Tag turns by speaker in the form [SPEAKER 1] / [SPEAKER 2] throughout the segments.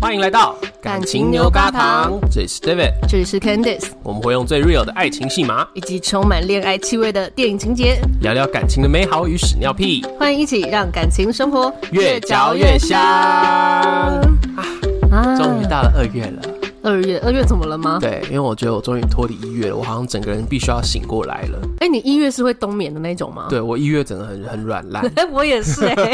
[SPEAKER 1] 欢迎来到
[SPEAKER 2] 感情牛轧糖，
[SPEAKER 1] 这里是 David，
[SPEAKER 2] 这里是 Candice，
[SPEAKER 1] 我们会用最 real 的爱情戏码
[SPEAKER 2] 以及充满恋爱气味的电影情节，
[SPEAKER 1] 聊聊感情的美好与屎尿屁，
[SPEAKER 2] 欢迎一起让感情生活
[SPEAKER 1] 越嚼越香。
[SPEAKER 2] 啊！
[SPEAKER 1] 终于到了二月了，
[SPEAKER 2] 二月，二月怎么了吗？
[SPEAKER 1] 对，因为我觉得我终于脱离一月了，我好像整个人必须要醒过来了。
[SPEAKER 2] 哎，你一月是会冬眠的那种吗？
[SPEAKER 1] 对我一月整个很很软 烂，
[SPEAKER 2] 对，我也是哎、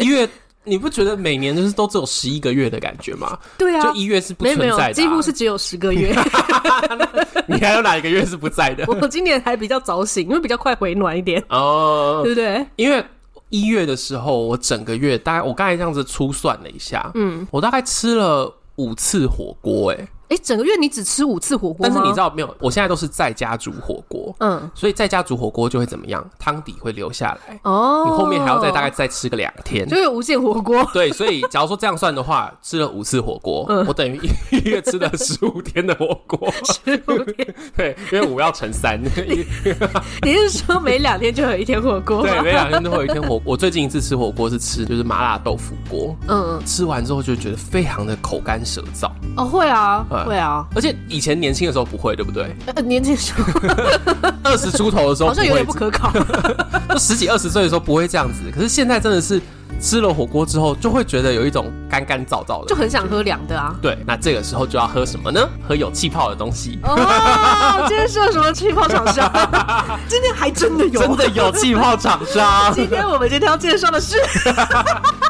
[SPEAKER 1] 一月你不觉得每年就是都只有十一个月的感觉吗？
[SPEAKER 2] 对 啊，
[SPEAKER 1] 就一月是不
[SPEAKER 2] 没
[SPEAKER 1] 存
[SPEAKER 2] 有没
[SPEAKER 1] 在的啊、
[SPEAKER 2] 有，几乎是只有十 个月。
[SPEAKER 1] 你还有哪一个月是不在的？
[SPEAKER 2] 我今年还比较早醒，因为比较快回暖一点，
[SPEAKER 1] 哦
[SPEAKER 2] 对不对？
[SPEAKER 1] 因为一月的时候，我整个月大概我刚才这样子粗算了一下，嗯，我大概吃了五次火锅，哎，
[SPEAKER 2] 哎，整个月你只吃五次火锅
[SPEAKER 1] 但
[SPEAKER 2] 吗？
[SPEAKER 1] 是你知道没有？我现在都是在家煮火锅，
[SPEAKER 2] 嗯，
[SPEAKER 1] 所以在家煮火锅就会怎么样？汤底会留下来，
[SPEAKER 2] 哦，
[SPEAKER 1] 你后面还要再大概再吃个两天
[SPEAKER 2] 就。有无限火锅。
[SPEAKER 1] 对，所以假如说这样算的话，吃了五次火锅，
[SPEAKER 2] 嗯
[SPEAKER 1] 我等于一月吃了十五天的火锅，十五天， 对，因为五要乘三，
[SPEAKER 2] 你是说每两天就有一天火锅吗？
[SPEAKER 1] 对，每两天都会有一天火锅。我最近一次吃火锅是吃就是麻辣豆腐锅，
[SPEAKER 2] 嗯，
[SPEAKER 1] 吃完之后就觉得非常的口干舌燥，
[SPEAKER 2] 哦，会啊，
[SPEAKER 1] 嗯
[SPEAKER 2] 会啊，
[SPEAKER 1] 而且以前年轻的时候不会，对不对？
[SPEAKER 2] 呃，年轻的时候
[SPEAKER 1] 二十出头的时候
[SPEAKER 2] 好像有点不
[SPEAKER 1] 不会
[SPEAKER 2] 可靠。
[SPEAKER 1] 就十几二十岁的时候不会这样子，可是现在真的是吃了火锅之后，就会觉得有一种干干燥燥的，
[SPEAKER 2] 就很想喝凉的啊。
[SPEAKER 1] 对。那这个时候就要喝什么呢？喝有气泡的东西。
[SPEAKER 2] 哦，今天是有什么气泡厂商？ 今天还真的有，。
[SPEAKER 1] 真的有气泡厂商
[SPEAKER 2] 啊 今天我们今天要介绍的是，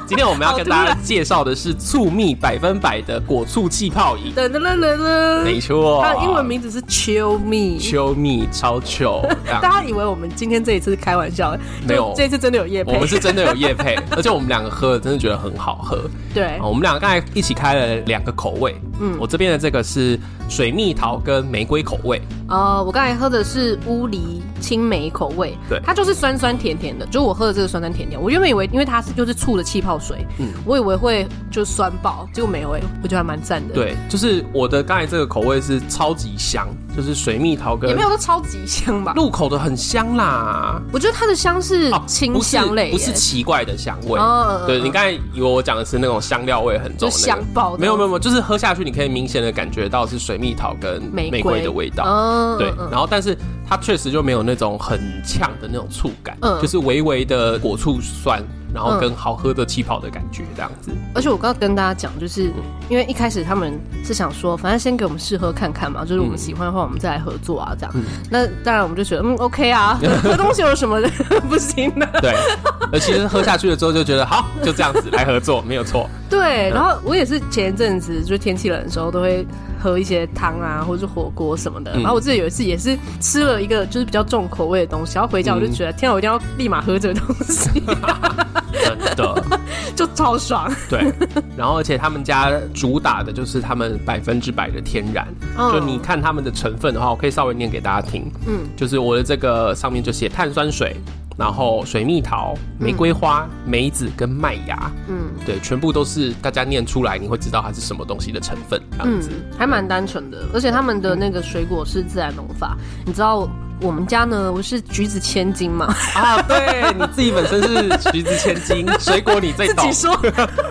[SPEAKER 1] 今天我们要跟
[SPEAKER 2] 好突然
[SPEAKER 1] 大家介绍的是醋蜜百分百的果醋气泡饮，
[SPEAKER 2] 噔噔噔噔
[SPEAKER 1] 没
[SPEAKER 2] 噔，
[SPEAKER 1] 错。
[SPEAKER 2] 它的英文名字是 Chill Me。
[SPEAKER 1] 秋蜜超秋，这 样
[SPEAKER 2] 大家以为我们今天这一次是开玩笑，
[SPEAKER 1] 没有
[SPEAKER 2] 就这一次真的有夜
[SPEAKER 1] 我
[SPEAKER 2] 配
[SPEAKER 1] 们。是真的有夜配，而且我们两个喝的真的觉得很好喝。
[SPEAKER 2] 对
[SPEAKER 1] 啊，我们俩刚才一起开了两个口味，嗯，我这边的这个是水蜜桃跟玫瑰口味，
[SPEAKER 2] 呃，我刚才喝的是乌梨青梅口味，
[SPEAKER 1] 对
[SPEAKER 2] 它就是酸酸甜甜的，就是我喝的这个酸酸甜甜。我原本以为，因为它是就是醋的气泡水，嗯，我以为会就酸爆，结果没有哎、我觉得还蛮赞的。，
[SPEAKER 1] 对，就是我的刚才这个口味是超级香，就是水蜜桃
[SPEAKER 2] 也
[SPEAKER 1] 跟
[SPEAKER 2] 没有说超级香吧，
[SPEAKER 1] 入口的很香啦，
[SPEAKER 2] 我觉得它的香是
[SPEAKER 1] 哦
[SPEAKER 2] 清香类耶、
[SPEAKER 1] 不是，不是奇怪的香味，
[SPEAKER 2] 哦嗯
[SPEAKER 1] 对
[SPEAKER 2] 嗯
[SPEAKER 1] 你刚才以为我讲的是那种香料味很重的那个，
[SPEAKER 2] 就香爆的
[SPEAKER 1] 没有没有没有，就是喝下去你可以明显的感觉到是水蜜桃跟
[SPEAKER 2] 玫瑰
[SPEAKER 1] 玫瑰的味道，
[SPEAKER 2] 嗯
[SPEAKER 1] 对
[SPEAKER 2] 嗯，嗯
[SPEAKER 1] 然后但是它确实就没有那种很呛的那种触感，
[SPEAKER 2] 嗯
[SPEAKER 1] 就是微微的果醋酸，然后
[SPEAKER 2] 嗯
[SPEAKER 1] 跟好喝的气泡的感觉这样子。
[SPEAKER 2] 而且我刚刚跟大家讲，就是因为一开始他们是想说，反正先给我们试喝看看嘛，就是我们喜欢的话，我们再来合作啊，这样。那当然我们就觉得，嗯，OK 啊，喝东西有什么 不行的？
[SPEAKER 1] 对， 而其实喝下去了之后就觉得好，就这样子来合作，没有错。
[SPEAKER 2] 对，然后我也是前一阵子就是天气冷的时候，都会喝一些汤啊，或者是火锅什么的。
[SPEAKER 1] 嗯
[SPEAKER 2] 然后我记得有一次也是吃了一个就是比较重口味的东西，然后回家我就觉得，天啊，我一定要立马喝这个东西，
[SPEAKER 1] 真 的，
[SPEAKER 2] 就超爽。
[SPEAKER 1] 对。然后而且他们家主打的就是他们百分之百的天然，
[SPEAKER 2] 嗯
[SPEAKER 1] 就你看他们的成分的话，我可以稍微念给大家听。嗯，就是我的这个上面就写碳酸水。然后水蜜桃、玫瑰花、梅子跟麦芽，
[SPEAKER 2] 嗯
[SPEAKER 1] 对，全部都是大家念出来，你会知道它是什么东西的成分，这样
[SPEAKER 2] 嗯
[SPEAKER 1] 子。，
[SPEAKER 2] 还蛮单纯的，而且他们的那个水果是自然农法。你知道我们家呢，我是橘子千 金嘛，
[SPEAKER 1] 啊，对，你自己本身是橘子千 金，水果你最
[SPEAKER 2] 自
[SPEAKER 1] 懂
[SPEAKER 2] 己。说，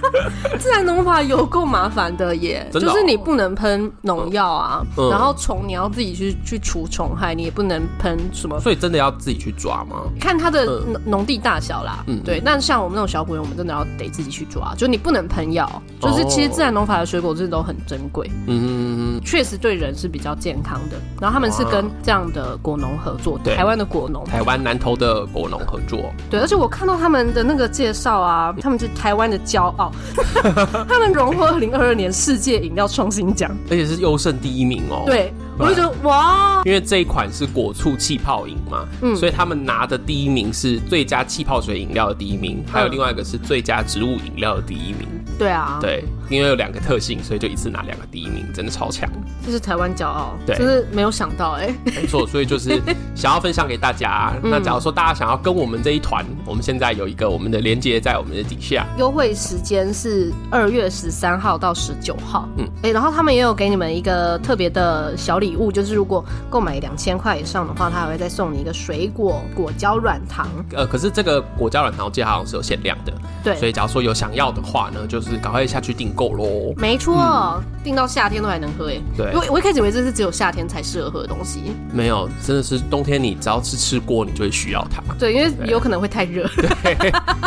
[SPEAKER 2] 自然农法有够麻烦的耶，
[SPEAKER 1] 真的哦
[SPEAKER 2] 就是你不能喷农药啊，
[SPEAKER 1] 嗯
[SPEAKER 2] 然后虫你要自己去去除虫害，你也不能喷什么。
[SPEAKER 1] 所以真的要自己去抓吗？
[SPEAKER 2] 看它的
[SPEAKER 1] 嗯
[SPEAKER 2] 农农地大小啦，
[SPEAKER 1] 嗯
[SPEAKER 2] 对。但像我们那种小朋友，我们真的要得自己去抓，就你不能喷药。就是其实
[SPEAKER 1] 哦
[SPEAKER 2] 自然农法的水果真的都很珍贵，
[SPEAKER 1] 嗯，
[SPEAKER 2] 确实对人是比较健康的。然后他们是
[SPEAKER 1] 哇
[SPEAKER 2] 跟这样的果农合作，
[SPEAKER 1] 对
[SPEAKER 2] 台湾的果农，
[SPEAKER 1] 台湾南投的果农合作，
[SPEAKER 2] 对，而且我看到他们的那个介绍啊，他们是台湾的骄 傲，他们荣获二零二二年世界饮料创新奖。
[SPEAKER 1] 而且是优胜第一名哦。，
[SPEAKER 2] 对，我就觉得哇，
[SPEAKER 1] 因为这一款是果醋气泡饮嘛，
[SPEAKER 2] 嗯
[SPEAKER 1] 所以他们拿的第一名是最佳气泡水饮料的第一名，还有
[SPEAKER 2] 嗯
[SPEAKER 1] 另外一个是最佳植物饮料的第一名。
[SPEAKER 2] 对啊，，
[SPEAKER 1] 对，因为有两个特性，所以就一次拿两个第一名，真的超强。
[SPEAKER 2] 这是台湾骄傲，
[SPEAKER 1] 对
[SPEAKER 2] 真是没有想到 哎、
[SPEAKER 1] 没错，所以就是想要分享给大家。
[SPEAKER 2] 嗯
[SPEAKER 1] 那假如说大家想要跟我们这一团，我们现在有一个我们的连接在我们的底下。
[SPEAKER 2] 优惠时间是二月十三号到十九号，嗯，哎、然后他们也有给你们一个特别的小礼物，就是如果购买两千块以上的话，他还会再送你一个水果果胶软糖，
[SPEAKER 1] 呃，可是这个果胶软糖我记得好像是有限量的，
[SPEAKER 2] 对
[SPEAKER 1] 所以假如说有想要的话呢，就是赶快下去订够喽。
[SPEAKER 2] 没错，订到夏天都还能喝哎。
[SPEAKER 1] 嗯对
[SPEAKER 2] 因为我一开始以为这是只有夏天才适合喝的东西，
[SPEAKER 1] 没有，真的是冬天你只要是吃锅，你就会需要它。
[SPEAKER 2] 对，因为有可能会太热。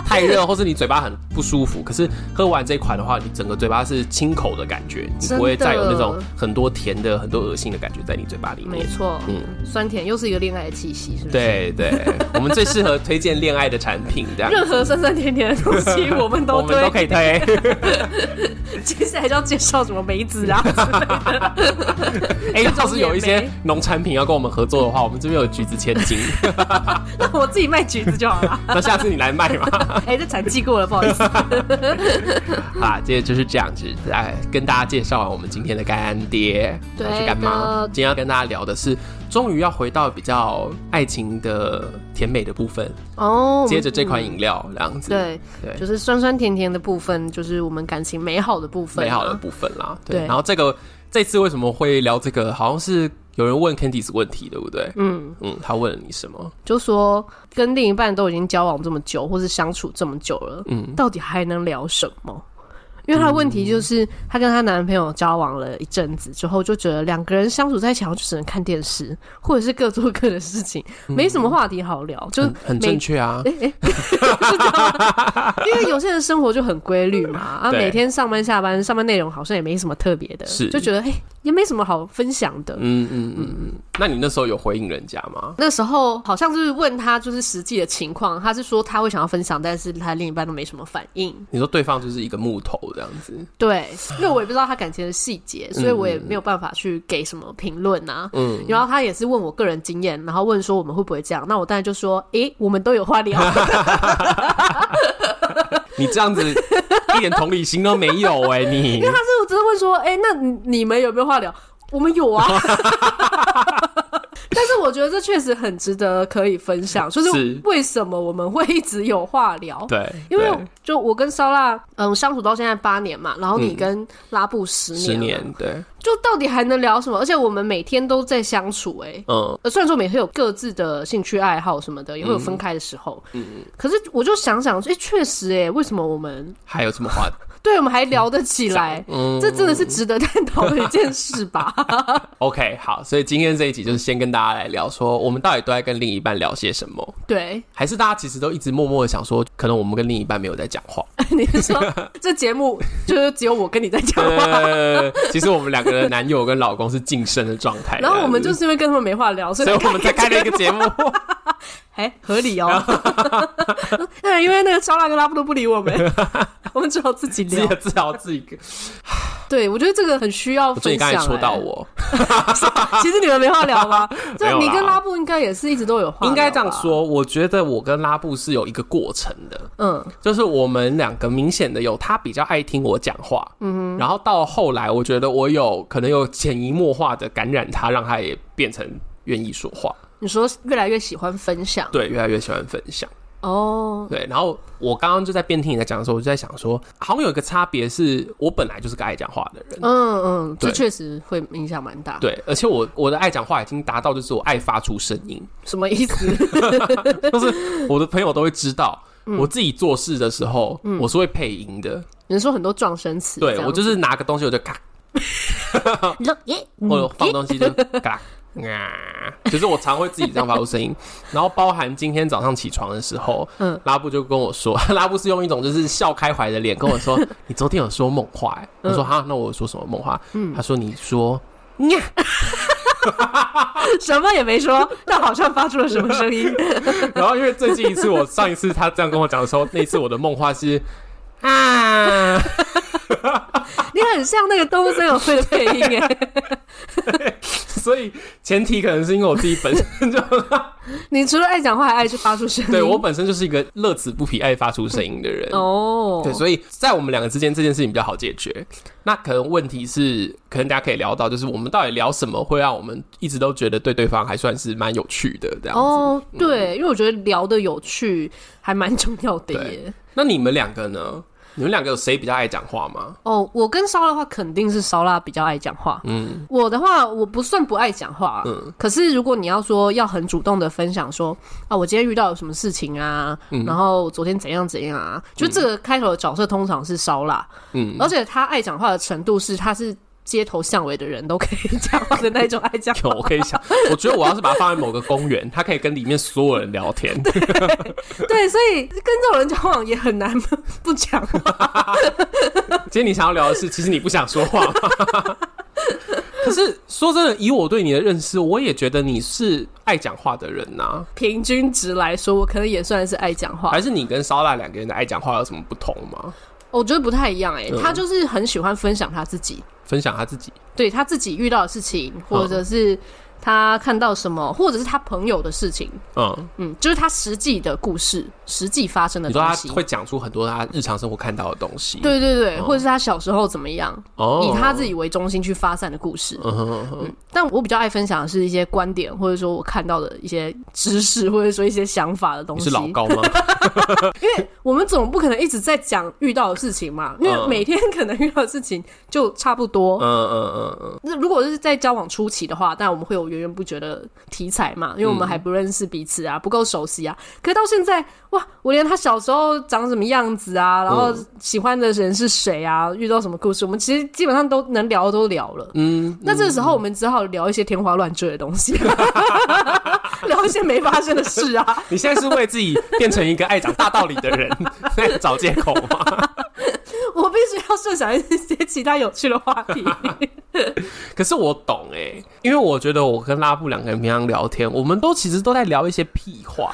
[SPEAKER 1] 太热或是你嘴巴很不舒服，可是喝完这款的话，你整个嘴巴是清口的感觉，你不会
[SPEAKER 2] 真
[SPEAKER 1] 再
[SPEAKER 2] 的
[SPEAKER 1] 有那种很多甜的、很多恶心的感觉在你嘴巴里
[SPEAKER 2] 没
[SPEAKER 1] 面。
[SPEAKER 2] 错，酸甜又是一个恋爱的气息，是不是？，
[SPEAKER 1] 嗯对对，我们最适合推荐恋爱的产品，这样
[SPEAKER 2] 任何酸酸甜甜的东 西我们
[SPEAKER 1] 我
[SPEAKER 2] 都
[SPEAKER 1] 们都可以
[SPEAKER 2] 对。
[SPEAKER 1] 推。
[SPEAKER 2] 接下来就要介绍什么梅子啊之类的，
[SPEAKER 1] 哎，要是有一
[SPEAKER 2] 野
[SPEAKER 1] 些
[SPEAKER 2] 莓
[SPEAKER 1] 农产品要跟我们合作的话，我们这边有橘 子千金，
[SPEAKER 2] 那 我自己卖橘子就好 了。
[SPEAKER 1] 那下次你来卖嘛。
[SPEAKER 2] 哎，这产季过了，不好意思。
[SPEAKER 1] 啊，这就是这样子，来跟大家介绍完我们今天的干爹，
[SPEAKER 2] 对
[SPEAKER 1] 我是干妈
[SPEAKER 2] 的。
[SPEAKER 1] 今天要跟大家聊的是，终于要回到比较爱情的甜美的部分，
[SPEAKER 2] 哦，
[SPEAKER 1] 接着这款饮料这样子，
[SPEAKER 2] 对，
[SPEAKER 1] 对，
[SPEAKER 2] 就是酸酸甜甜的部分，就是我们感情美好的部分、啊
[SPEAKER 1] 美好的。部分啦。对，
[SPEAKER 2] 对
[SPEAKER 1] 然后这个这次为什么会聊这个？好像是有人问 Candice 问题，对不对？
[SPEAKER 2] 嗯，
[SPEAKER 1] 嗯，他问了你什么？
[SPEAKER 2] 就说跟另一半都已经交往这么久，或是相处这么久了，
[SPEAKER 1] 嗯
[SPEAKER 2] 到底还能聊什么？因为她的问题就是，
[SPEAKER 1] 嗯
[SPEAKER 2] 她跟她男朋友交往了一阵子之后，就觉得两个人相处在一起，好像就只能看电视，或者是各做各的事情，
[SPEAKER 1] 嗯
[SPEAKER 2] 没什么话题好 聊，就
[SPEAKER 1] 很很
[SPEAKER 2] 每
[SPEAKER 1] 正确啊。
[SPEAKER 2] 哎哎，是这样吗因为有些人生活就很规律嘛，啊，
[SPEAKER 1] 对
[SPEAKER 2] 每天上班下班，上班内容好像也没什么特别的，
[SPEAKER 1] 是
[SPEAKER 2] 就觉得哎、也没什么好分享的。
[SPEAKER 1] 嗯嗯嗯嗯，那你那时候有回应人家吗？
[SPEAKER 2] 那时候好像就是问他就是实际的情况，他是说他会想要分享，但是他另一半都没什么反应。
[SPEAKER 1] 你说对方就是一个木头这样子，
[SPEAKER 2] 对，因
[SPEAKER 1] 啊
[SPEAKER 2] 为我也不知道他感情的细节，
[SPEAKER 1] 嗯
[SPEAKER 2] 所以我也没有办法去给什么评论啊。嗯，然后他也是问我个人经验，然后问说我们会不会这样，那我当然就 说，诶、我们都有话聊。
[SPEAKER 1] 你这样子一点同理心都没有哎、 你
[SPEAKER 2] 但是我只是问说，哎、那你你们有没有话聊？我们 有啊。但是我觉得这确实很值得可以分享，就是是为什么我们会一直有话聊？
[SPEAKER 1] 对，
[SPEAKER 2] 因为
[SPEAKER 1] 对
[SPEAKER 2] 就我跟烧腊，嗯，相处到现在八年嘛，然后你跟拉布十年，
[SPEAKER 1] 嗯十年，对，
[SPEAKER 2] 就到底还能聊什么？而且我们每天都在相处、哎。
[SPEAKER 1] 嗯，
[SPEAKER 2] 呃，虽然说我们也会有各自的兴趣爱好什么的，也会有分开的时候，嗯嗯，可是我就想想，哎、确实、哎，为什么我们
[SPEAKER 1] 还有什么话？
[SPEAKER 2] 对我们还聊得起来？
[SPEAKER 1] 嗯
[SPEAKER 2] 这真的是值得探讨的一件 事吧？
[SPEAKER 1] ，OK，好，所以今天这一集就是先跟大家来聊说，我们到底都在跟另一半聊些什么。
[SPEAKER 2] 对，
[SPEAKER 1] 还是大家其实都一直默默的想说，可能我们跟另一半没有在讲 话。
[SPEAKER 2] 你是说这节目就是只有我跟你 在讲话，
[SPEAKER 1] 呃，其实我们两个的男友跟老公是晋升的状态。
[SPEAKER 2] 然后我们
[SPEAKER 1] 这
[SPEAKER 2] 就
[SPEAKER 1] 样子，
[SPEAKER 2] 是因为跟他们没话聊，所
[SPEAKER 1] 所以
[SPEAKER 2] 以
[SPEAKER 1] 我们才开了一个节目。
[SPEAKER 2] 哎合理哦。对，因为那个烧腊跟拉布都不理我们， 我们只好自 己
[SPEAKER 1] 自己
[SPEAKER 2] 聊。
[SPEAKER 1] 自豪自己。
[SPEAKER 2] 对，我觉得这个很需要
[SPEAKER 1] 所以
[SPEAKER 2] 分
[SPEAKER 1] 你刚才
[SPEAKER 2] 享。
[SPEAKER 1] 戳到
[SPEAKER 2] 哎，
[SPEAKER 1] 我，
[SPEAKER 2] 其实你们没话 聊吗？
[SPEAKER 1] 没有
[SPEAKER 2] 对，
[SPEAKER 1] 啦
[SPEAKER 2] 你跟拉布应该也是一直都有话，
[SPEAKER 1] 应该这样。说。我觉得我跟拉布是有一个过程的。
[SPEAKER 2] 嗯，
[SPEAKER 1] 就是我们两个明显的有他比较爱听我讲话，嗯，然后到后来，我觉得我有可能有潜移默化的感染他，让他也变成愿意说话，
[SPEAKER 2] 你说越来越喜欢分享
[SPEAKER 1] 对，越来越喜欢分享，
[SPEAKER 2] 哦，
[SPEAKER 1] 对。然后我刚刚就在边听你在讲的时候，我就在想说，好像有一个差别是我本来就是个爱讲话的人，
[SPEAKER 2] 嗯嗯，这
[SPEAKER 1] 对
[SPEAKER 2] 确实会影响蛮大。
[SPEAKER 1] 对，而且我我的爱讲话已经达到就是我爱发出声音，
[SPEAKER 2] 什么 意思？
[SPEAKER 1] 就是我的朋友都会知道。我自己做事的时候，我是会配音的。
[SPEAKER 2] 你是说很多撞声词这样
[SPEAKER 1] 对
[SPEAKER 2] 子？
[SPEAKER 1] 我就是拿个东西我就咔
[SPEAKER 2] 你说耶，嗯
[SPEAKER 1] 或者放东西就嘎 啊，就是我常会自己这样发出声音，然后包含今天早上起床的时候，嗯
[SPEAKER 2] 嗯，
[SPEAKER 1] 拉布就跟我说，拉布是用一种就是笑开怀的脸跟我说，
[SPEAKER 2] 嗯
[SPEAKER 1] 你昨天有说梦话、欸，我说哈，那我有说什么梦话？
[SPEAKER 2] 嗯
[SPEAKER 1] 他说你说 呀，
[SPEAKER 2] 什么也没说，但好像发出了什么 声音。
[SPEAKER 1] 然后因为最近一次我上一次他这样跟我讲的时候，那一次我的梦话是啊，
[SPEAKER 2] 你很像那个动物森友会的配音哎，
[SPEAKER 1] 所以前提可能是因为我自己本身 就
[SPEAKER 2] 你除了爱讲话，还爱去发出声音。
[SPEAKER 1] 对我本身就是一个乐此不疲爱发出声音的人，
[SPEAKER 2] 哦，
[SPEAKER 1] 对，所以在我们两个之间这件事情比较好解决。那可能问题是，可能大家可以聊到，就是我们到底聊什么会让我们一直都觉得对对方还算是蛮有趣的这样子。嗯
[SPEAKER 2] 哦，对，因为我觉得聊的有趣还蛮重要的
[SPEAKER 1] 对
[SPEAKER 2] 耶。
[SPEAKER 1] 那你们两个呢？你们两个有谁比较爱讲话吗？
[SPEAKER 2] 哦，我跟烧腊的话，肯定是烧腊比较爱讲话。嗯，我的话，我不算不爱讲话。嗯，可是如果你要说要很主动的分享说啊，我今天遇到有什么事情啊，然后昨天怎样怎样啊，就这个开头的角色通常是烧腊。嗯，而且他爱讲话的程度是，他是街头巷尾的人都可以讲话的那种爱 讲
[SPEAKER 1] 有，
[SPEAKER 2] 话。
[SPEAKER 1] 我可以想，我觉得我要是把它放在某个公园，它可以跟里面所有人聊 天。
[SPEAKER 2] 对，所以跟这种人交往也很难 不讲话。
[SPEAKER 1] 今天你想要聊的是，其实你不想说话吗？ 可是说真的，以我对你的认识，我也觉得你是爱讲话的人呐、
[SPEAKER 2] 平均值来说，我可能也算是爱讲话。
[SPEAKER 1] 还是你跟烧腊两个人的爱讲话有什么不同吗？
[SPEAKER 2] 我觉得不太一样哎、
[SPEAKER 1] 嗯
[SPEAKER 2] 他就是很喜欢分享他自己，
[SPEAKER 1] 分享他自己，
[SPEAKER 2] 对他自己遇到的事情，或者是他看到什么，或者是他朋友的事情，
[SPEAKER 1] 嗯，
[SPEAKER 2] 嗯，就是他实际的故事，实际发生的
[SPEAKER 1] 你说
[SPEAKER 2] 东
[SPEAKER 1] 他
[SPEAKER 2] 西。
[SPEAKER 1] 会讲出很多他日常生活看到的东西，，
[SPEAKER 2] 对对对，或者是他小时候怎么样，
[SPEAKER 1] 哦
[SPEAKER 2] 以他自，己为中心去发散的故事。
[SPEAKER 1] 嗯哼嗯哼
[SPEAKER 2] 但我比较爱分享的是一些观点，或者说我看到的一些知识，或者说一些想法的东
[SPEAKER 1] 你
[SPEAKER 2] 西。
[SPEAKER 1] 是老高 吗？
[SPEAKER 2] 因为我们总不可能一直在讲遇到的事情嘛，因为
[SPEAKER 1] 嗯
[SPEAKER 2] 每天可能遇到的事情就差不多
[SPEAKER 1] 嗯。嗯嗯嗯，
[SPEAKER 2] 那、如果是在交往初期的话，但我们会有源源不绝的题材嘛，因为我们还不认识彼此啊，不够熟悉啊。可是到现在，哇，我连他小时候长什么样子啊，然后喜欢的人是谁啊，遇到什么故事，我们其实基本上都能聊的都聊了。嗯，那这个时候我们只好聊一些天花乱坠的东西， 聊一些没发生的事啊。
[SPEAKER 1] 你现在是为自己变成一个爱讲大道理的 人在找借口吗？
[SPEAKER 2] 我必须要设想一些其他有趣的话题。
[SPEAKER 1] 可是我懂哎、因为我觉得我跟拉布两个人平常聊天，我们都其实都在聊一些屁 话。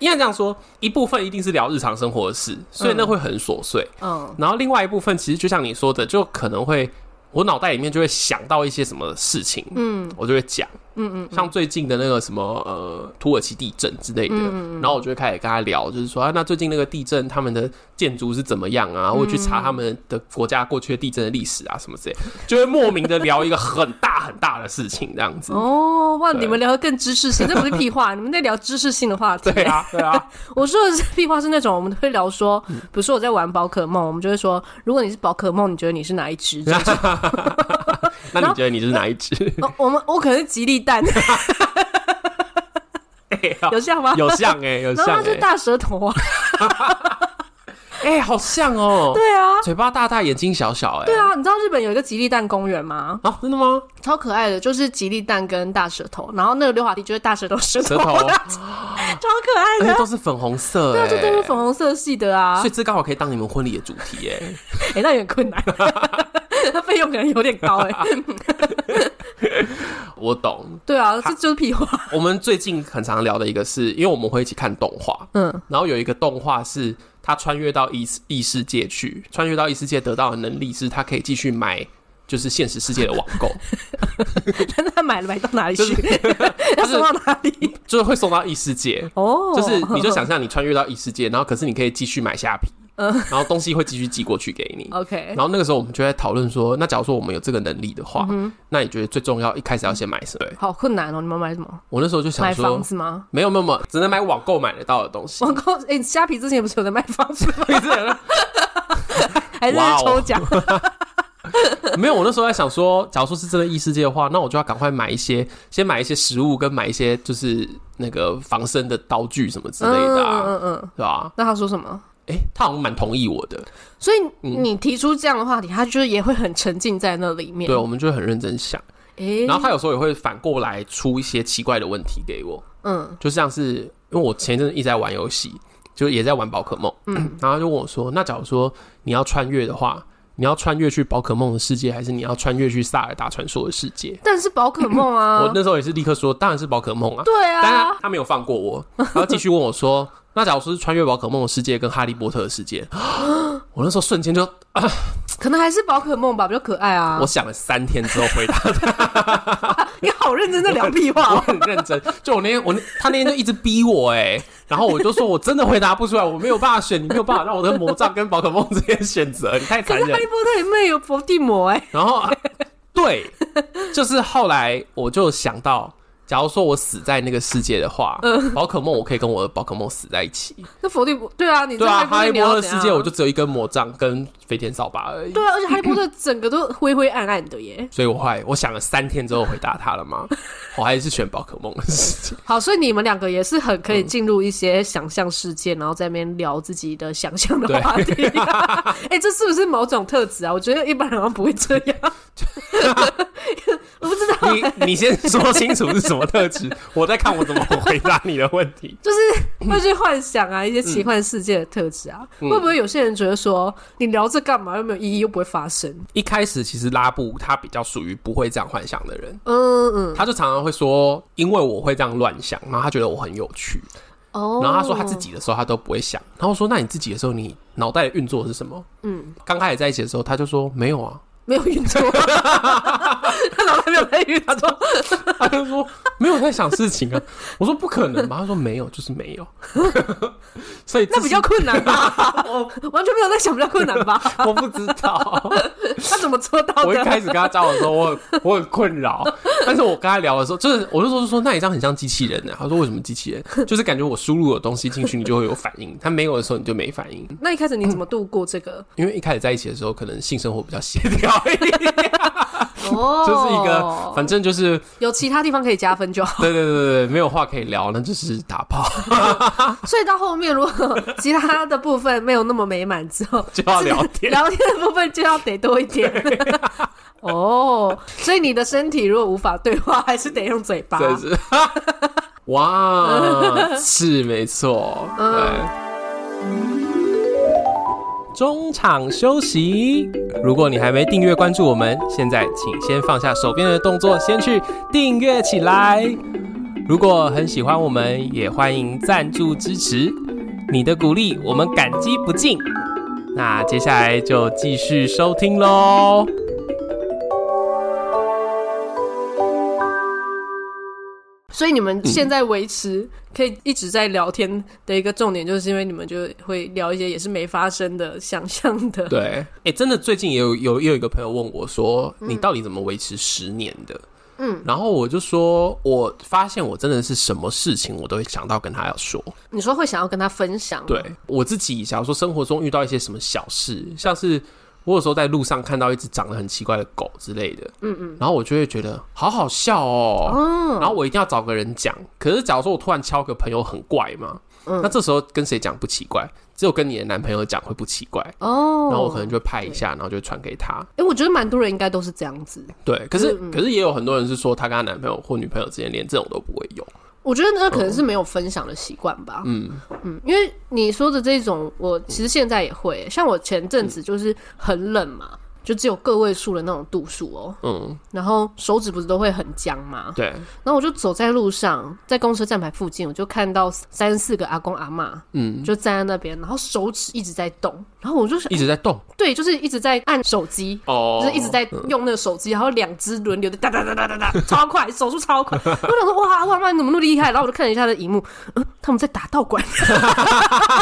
[SPEAKER 1] 应该这样说，一部分一定是聊日常生活的事，所以那会很琐碎。
[SPEAKER 2] 嗯，
[SPEAKER 1] 然后另外一部分，其实就像你说的，就可能会我脑袋里面就会想到一些什么事情，嗯，我就会讲，嗯嗯，像最近的那个什么呃土耳其地震之类的，
[SPEAKER 2] 嗯
[SPEAKER 1] 然后我就会开始跟他聊，就是说啊，那最近那个地震他们的建筑是怎么样
[SPEAKER 2] 嗯
[SPEAKER 1] 啊，或者去查他们的国家过去的地震的历史啊什么之类，就会莫名的聊一个很大很大的事情这样子。
[SPEAKER 2] 哦，哇，
[SPEAKER 1] 对
[SPEAKER 2] 你们聊的更知识性，那不是屁话，你们在聊知识性的话题。
[SPEAKER 1] 对啊，对啊，
[SPEAKER 2] 我说的是屁话，是那种我们会聊说，
[SPEAKER 1] 嗯
[SPEAKER 2] 比如说我在玩宝可梦，我们就会说，如果你是宝可梦，你觉得你是哪一 只？这样
[SPEAKER 1] 那你觉得你是哪一只？
[SPEAKER 2] 哦我们我可能是吉利蛋，有像吗？
[SPEAKER 1] 有像 哎、有
[SPEAKER 2] 然后
[SPEAKER 1] 像
[SPEAKER 2] 他就
[SPEAKER 1] 哎、
[SPEAKER 2] 大舌头啊，
[SPEAKER 1] 哎、好像哦、
[SPEAKER 2] 对啊，
[SPEAKER 1] 嘴巴大大，眼睛小小哎、
[SPEAKER 2] 对啊，你知道日本有一个吉利蛋公园吗？
[SPEAKER 1] 啊，真的吗？
[SPEAKER 2] 超可爱的，就是吉利蛋跟大舌头，然后那个溜滑梯就是大舌头舌头，
[SPEAKER 1] 舌头哦 哎
[SPEAKER 2] 超可爱
[SPEAKER 1] 而
[SPEAKER 2] 的
[SPEAKER 1] 且，都是粉红色、
[SPEAKER 2] 对
[SPEAKER 1] 哎，
[SPEAKER 2] 啊，就都是粉红色系的啊
[SPEAKER 1] 所以。这刚好可以当你们婚礼的主题、哎，
[SPEAKER 2] 哎、那有点困 难，费用可能有点高哎、
[SPEAKER 1] 我懂。
[SPEAKER 2] 对啊，这就是屁话。
[SPEAKER 1] 我们最近很常聊的一个是，因为我们会一起看动画，
[SPEAKER 2] 嗯，
[SPEAKER 1] 然后有一个动画是他穿越到异世异世界去，穿越到异世界得到的能力是他可以继续买。就是现实世界的网购，
[SPEAKER 2] 但是他买了买到哪里
[SPEAKER 1] 就
[SPEAKER 2] 去？ 要送到哪里？
[SPEAKER 1] 就是会送到异世界，
[SPEAKER 2] 哦，
[SPEAKER 1] 就是你就想象你穿越到异世界，然后可是你可以继续买虾皮，
[SPEAKER 2] 嗯
[SPEAKER 1] 然后东西会继续寄过去给你。
[SPEAKER 2] OK，
[SPEAKER 1] 然后那个时候我们就在讨论说，那假如说我们有这个能力的话，
[SPEAKER 2] 嗯
[SPEAKER 1] 那你觉得最重要一开始要先买什么？对
[SPEAKER 2] 好困难哦。你们买什么？
[SPEAKER 1] 我那时候就想
[SPEAKER 2] 买
[SPEAKER 1] 说
[SPEAKER 2] 房，子吗？
[SPEAKER 1] 没有没有没有，只能买网购买得到的东西。
[SPEAKER 2] 网购哎，虾皮之前不是有在卖房子 吗？
[SPEAKER 1] 不是
[SPEAKER 2] 还是
[SPEAKER 1] 哇哦
[SPEAKER 2] 抽奖？
[SPEAKER 1] 没有，我那时候在想说，假如说是真的异世界的话，那我就要赶快买一些，先买一些食物，跟买一些就是那个防身的刀具什么 之类的、啊，
[SPEAKER 2] 嗯嗯嗯。
[SPEAKER 1] 对吧？
[SPEAKER 2] 那他说什么？
[SPEAKER 1] 哎、他好像蛮同意我的，
[SPEAKER 2] 所以
[SPEAKER 1] 嗯
[SPEAKER 2] 你提出这样的话题，他就是也会很沉浸在那里面。
[SPEAKER 1] 对，我们就很认真想。
[SPEAKER 2] 哎，
[SPEAKER 1] 然后他有时候也会反过来出一些奇怪的问题给我，
[SPEAKER 2] 嗯，
[SPEAKER 1] 就像是因为我前一阵子一直在玩游戏，就也在玩宝可梦， 然后他就问我说，那假如说你要穿越的话，你要穿越去宝可梦的世界，还是你要穿越去萨尔达传说的世界？
[SPEAKER 2] 但是宝可梦
[SPEAKER 1] 我
[SPEAKER 2] 啊，
[SPEAKER 1] 那时候也是立刻说，当然是宝可梦啊，
[SPEAKER 2] 对
[SPEAKER 1] 但他
[SPEAKER 2] 啊，
[SPEAKER 1] 他没有放过我，然后继续问我说，那假如说是穿越宝可梦的世界跟哈利波特的世界，我那时候瞬间就
[SPEAKER 2] 可能还是宝可梦吧，比较可爱啊
[SPEAKER 1] 我。想了三天之后回答，
[SPEAKER 2] 你好认真在聊屁 话
[SPEAKER 1] 我
[SPEAKER 2] 哦，
[SPEAKER 1] 很认真，就我那天我那他那天就一直逼我哎、然后我就说我真的回答不出来，我没有办法选，你没有办法让我的魔杖跟宝可梦之间选择，你太
[SPEAKER 2] 可
[SPEAKER 1] 残
[SPEAKER 2] 是
[SPEAKER 1] 忍
[SPEAKER 2] 哈
[SPEAKER 1] 了
[SPEAKER 2] 利。波特里面有伏地魔哎、
[SPEAKER 1] 然后对，就是后来我就想到，假如说我死在那个世界的话，宝可梦我可以跟我的宝可梦死在一起。
[SPEAKER 2] 那佛地魔对啊，你
[SPEAKER 1] 对啊，哈利波特世界我
[SPEAKER 2] 就
[SPEAKER 1] 就只有一根魔杖跟飞天扫把而已。
[SPEAKER 2] 对啊，而且哈利波特整个都灰灰暗暗的耶。
[SPEAKER 1] 所以我后来我想了三天之后回答他了 嘛，我还是选宝可梦的事情。
[SPEAKER 2] 好，所以你们两个也是很
[SPEAKER 1] 嗯
[SPEAKER 2] 可以进入一些想象世界，然后在那边聊自己的想象的话 题。哎、这是不是某种特质啊？我觉得一般人好像不会这 样。我不知道，
[SPEAKER 1] 你 你先说清楚是什么特 质，我再看我怎么回答你的问题。
[SPEAKER 2] 就是会去幻想啊，一些奇幻世界的特质啊。
[SPEAKER 1] 嗯
[SPEAKER 2] 会不会有些人觉得说，你聊这干嘛？又没有意义，又不会发生。
[SPEAKER 1] 一开始其实拉布他比较属于不会这样幻想的人，
[SPEAKER 2] 嗯嗯，
[SPEAKER 1] 他就常常会说，因为我会这样乱想，然后他觉得我很有趣，
[SPEAKER 2] 哦。
[SPEAKER 1] 然后他说他自 己的 时候他都不会想，然后我说那你自己的时候你脑袋的运作是什么？嗯，刚开始在一起的时候他就说没有 啊，
[SPEAKER 2] 没有运作，他脑袋没有在运作。
[SPEAKER 1] 他就说没有在想事情啊，我说不可能吧，他说没有就是 没有，所以这
[SPEAKER 2] 那比较困难 吧？我完全没有在想，比较困难吧？
[SPEAKER 1] 是我不知道。
[SPEAKER 2] 他怎么做 到
[SPEAKER 1] 我一
[SPEAKER 2] 的？
[SPEAKER 1] 开始跟他交往的时候，我很我很困 扰，但是我跟他聊的时候，就是我就说说，那你这样很像机器人呢、啊他说为什么机器人？就是感觉我输入的东西进去，你就会有反应；他没有的时候，你就没反应。
[SPEAKER 2] 那一开始你怎么度过这个？
[SPEAKER 1] 因为一开始在一起的时候，可能性生活比较协调一 点，
[SPEAKER 2] 哦
[SPEAKER 1] 就是一个反正就是
[SPEAKER 2] 有其他地方可以加分 就好。
[SPEAKER 1] 对对对对，对没有话可以聊，那就是打炮，
[SPEAKER 2] 所以到后面如果其他的部分没有那么美满之后，
[SPEAKER 1] 就要聊天。
[SPEAKER 2] 聊天的部分就要得多 一点。 哦，所以你的身体如果无法对话，还是得用嘴巴。
[SPEAKER 1] 真是， 哇，是没错，对。中场休息。如果你还没订阅关注我们，现在请先放下手边的动作，先去订阅起来。如果很喜欢我们，也欢迎赞助支持，你的鼓励我们感激不尽。那接下来就继续收听喽。
[SPEAKER 2] 所以你们现在维持可以一直在聊天的一个重点，就是因为你们就会聊一些也是没发生的、想象 的。
[SPEAKER 1] 对，哎、真的，最近也有有也有一个朋友问我说，你到底怎么维持十年的？嗯，然后我就说，我发现我真的是什么事情我都会想到跟他要说。
[SPEAKER 2] 你说会想要跟他分享，
[SPEAKER 1] 对，我自己，假如说生活中遇到一些什么小事，像是我有时候在路上看到一只长得很奇怪的狗之类的，嗯嗯，然后我就会觉得好好笑哦，然后我一定要找个人讲。可是假如说我突然敲个朋友很怪嘛，那这时候跟谁讲不奇怪，只有跟你的男朋友讲会不奇怪。
[SPEAKER 2] 哦，
[SPEAKER 1] 然后我可能就会拍一下，然后就会传给他。
[SPEAKER 2] 哎、我觉得蛮多人应该都是这样子。
[SPEAKER 1] 对，可是可是也有很多人是说，她跟她男朋友或女朋友之间连这种都不会有。
[SPEAKER 2] 我觉得那可能是没有分享的习惯吧。嗯嗯，因为你说的这种，我其实现在也会。像我前阵子就是很冷嘛，就只有个位数的那种度数哦。
[SPEAKER 1] 嗯，
[SPEAKER 2] 然后手指不是都会很僵吗？
[SPEAKER 1] 对，
[SPEAKER 2] 然后我就走在路上，在公车站牌附近，我就看到三四个阿公阿嬷
[SPEAKER 1] 嗯，
[SPEAKER 2] 就站在那边，然后手指一直在动，然后我就想
[SPEAKER 1] 一，直在动
[SPEAKER 2] 对，就是一直在按手机，
[SPEAKER 1] 哦
[SPEAKER 2] 就是一直在用那个手机，然后两只轮流的哒哒哒哒哒哒，超快，手速超快。我想说，哇哇哇，你怎么那么厉害？然后我就看了一下他的荧幕，嗯，他们在打道馆，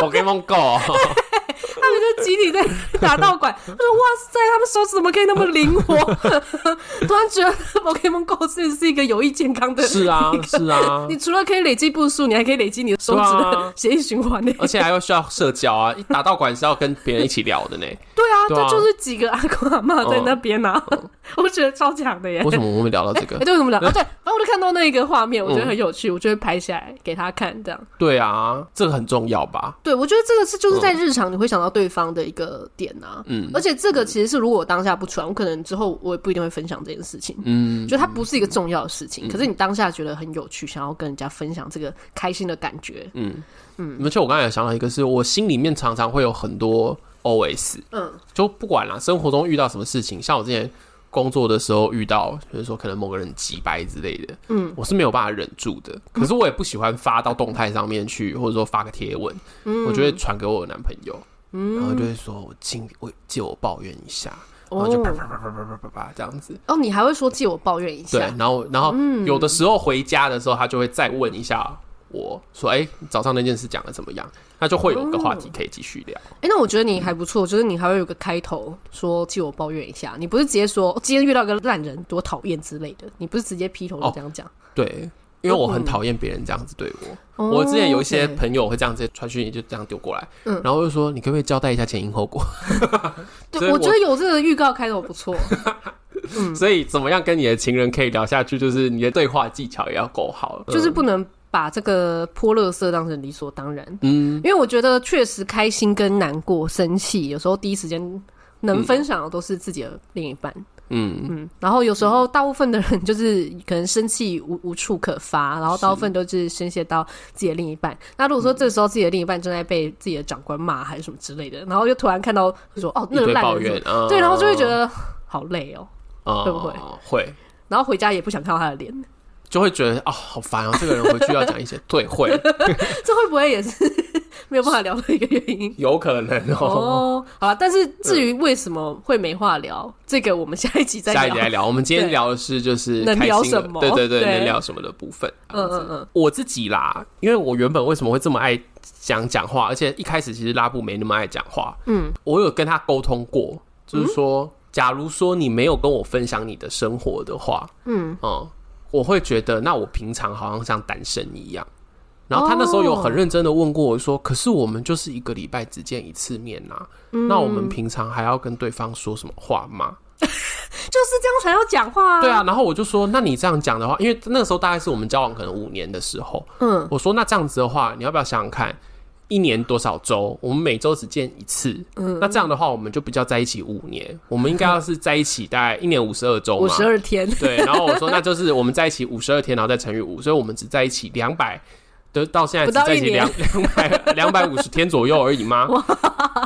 [SPEAKER 1] Pokemon Go，
[SPEAKER 2] 他们就集体在打道馆。我说，哇塞，他们手指怎么可以那么灵活？ 突然觉得 Pokemon Go 真的是一个有益健康的。
[SPEAKER 1] 是啊是啊，
[SPEAKER 2] 你除了可以累积步数，你还可以累积你的手指
[SPEAKER 1] 对
[SPEAKER 2] 的
[SPEAKER 1] 啊
[SPEAKER 2] 血液循环呢。
[SPEAKER 1] 而且还要需要社交啊，一打道馆是要跟别人一起聊的呢。
[SPEAKER 2] 对啊，
[SPEAKER 1] 对啊
[SPEAKER 2] 这就是几个阿公阿嬷在那边啊， 我觉得超强的耶。
[SPEAKER 1] 为什么我们聊到这
[SPEAKER 2] 哎、
[SPEAKER 1] 个？
[SPEAKER 2] 对，我们聊啊，对，嗯然后我就看到那个画面，我觉得很有趣，我就会拍下来给他看，这样。
[SPEAKER 1] 对啊，这个很重要吧？
[SPEAKER 2] 对，我觉得这个是就是在日常你会想到对方的一个点啊，嗯，而且这个其实是如果我当下不传，我可能之后我也不一定会分享这件事情，
[SPEAKER 1] 嗯，
[SPEAKER 2] 就它不是一个重要的事情，可是你当下觉得很有趣，想要跟人家分享这个开心的感觉，
[SPEAKER 1] 而且我刚才有想到一个是，我心里面常常会有很多 OS，
[SPEAKER 2] 嗯，
[SPEAKER 1] 就不管啦，生活中遇到什么事情，像我之前工作的时候遇到，就是说可能某个人急掰之类的，嗯，我是没有办法忍住的。可是我也不喜欢发到动态上面去，或者说发个贴文，我就会传给我的男朋友，然后就会说我尽我借我抱怨一下，然后就啪啪啪啪啪啪啪啪这样子。
[SPEAKER 2] 哦，你还会说借我抱怨一
[SPEAKER 1] 对
[SPEAKER 2] 下，，
[SPEAKER 1] 然后然后有的时候回家的时候，他就会再问一下我说，哎、早上那件事讲的怎么样？那就会有一个话题可以继续聊。
[SPEAKER 2] 哎、那我觉得你还不错，就是你还会有个开头说替我抱怨一下，你不是直接说、哦今天遇到一个烂人多讨厌之类的，你不是直接劈头就这样讲。
[SPEAKER 1] 对，因为我很讨厌别人这样子对我。
[SPEAKER 2] 哦
[SPEAKER 1] 我之前有一些
[SPEAKER 2] OK
[SPEAKER 1] 朋友会这样直接传讯息，就这样丢过来，
[SPEAKER 2] 嗯
[SPEAKER 1] 然后我就说你可不可以交代一下前因后果？ 所
[SPEAKER 2] 对，
[SPEAKER 1] 以
[SPEAKER 2] 我
[SPEAKER 1] 我
[SPEAKER 2] 觉得有这个预告开头 不错。
[SPEAKER 1] 所以怎么样跟你的情人可以聊下去，就是你的对话技巧也要够好，
[SPEAKER 2] 就是
[SPEAKER 1] 嗯
[SPEAKER 2] 不能把这个泼乐色当成理所当然，
[SPEAKER 1] 嗯，
[SPEAKER 2] 因为我觉得确实开心跟难过、生气，有时候第一时间能分享的都是自己的另一半，
[SPEAKER 1] 嗯，
[SPEAKER 2] 嗯，然后有时候大部分的人就是 可能生气无无处可发，然后大部分都是宣泄到自己的另一半。那如果说
[SPEAKER 1] 嗯
[SPEAKER 2] 这时候自己的另一半正在被自己的长官骂还是什么之类的，然后又突然看到说哦
[SPEAKER 1] 一
[SPEAKER 2] 那个
[SPEAKER 1] 堆
[SPEAKER 2] 烂
[SPEAKER 1] 抱
[SPEAKER 2] 人
[SPEAKER 1] 怨
[SPEAKER 2] 怎么，
[SPEAKER 1] 啊，
[SPEAKER 2] 对，然后就会觉得好累哦，
[SPEAKER 1] 啊
[SPEAKER 2] 会不会
[SPEAKER 1] 会？
[SPEAKER 2] 然后回家也不想看到他的脸，
[SPEAKER 1] 就会觉得哦，好烦哦！这个人回去要讲一些 对，会
[SPEAKER 2] 这会不会也是没有办法聊的一个原因？
[SPEAKER 1] 有可能 哦。
[SPEAKER 2] 哦，好了，但是至于为什么会没话聊，这个我们下一集再
[SPEAKER 1] 下一
[SPEAKER 2] 聊
[SPEAKER 1] 集。来聊，我们今天
[SPEAKER 2] 对
[SPEAKER 1] 聊的是就是
[SPEAKER 2] 能
[SPEAKER 1] 开
[SPEAKER 2] 聊
[SPEAKER 1] 心的
[SPEAKER 2] 什么
[SPEAKER 1] 对对对，
[SPEAKER 2] 对
[SPEAKER 1] 能聊什么的部分。
[SPEAKER 2] 嗯嗯
[SPEAKER 1] 嗯，
[SPEAKER 2] 嗯，
[SPEAKER 1] 我自己啦，因为我原本为什么会这么爱讲讲话，而且一开始其实拉布没那么爱讲话，
[SPEAKER 2] 嗯，
[SPEAKER 1] 我有跟他沟通过，就是说，假如说你没有跟我分享你的生活的话，
[SPEAKER 2] 嗯，
[SPEAKER 1] 嗯，我会觉得那我平常好像像单身一样。然后他那时候有很
[SPEAKER 2] 哦
[SPEAKER 1] 认真的问过我说：“可是我们就是一个礼拜只见一次面呐、
[SPEAKER 2] 嗯
[SPEAKER 1] 那我们平常还要跟对方说什么话吗
[SPEAKER 2] 就是这样才要讲话、？”
[SPEAKER 1] 对，啊，然后我就说：“那你这样讲的话，因为那时候大概是我们交往可能五年的时候，
[SPEAKER 2] 嗯，
[SPEAKER 1] 我说那这样子的话，你要不要想想看，一年多少周？我们每周只见一次，嗯，那这样的话，我们就比较在一起五年，我们应该要是在一起大概一年五十二周嘛，
[SPEAKER 2] 五十二天，
[SPEAKER 1] 啊对。然后我说那就是我们在一起五十二天，然后再乘以五，所以我们只在一起两百。得到现在只在一起两两百两百五十天左右而已吗？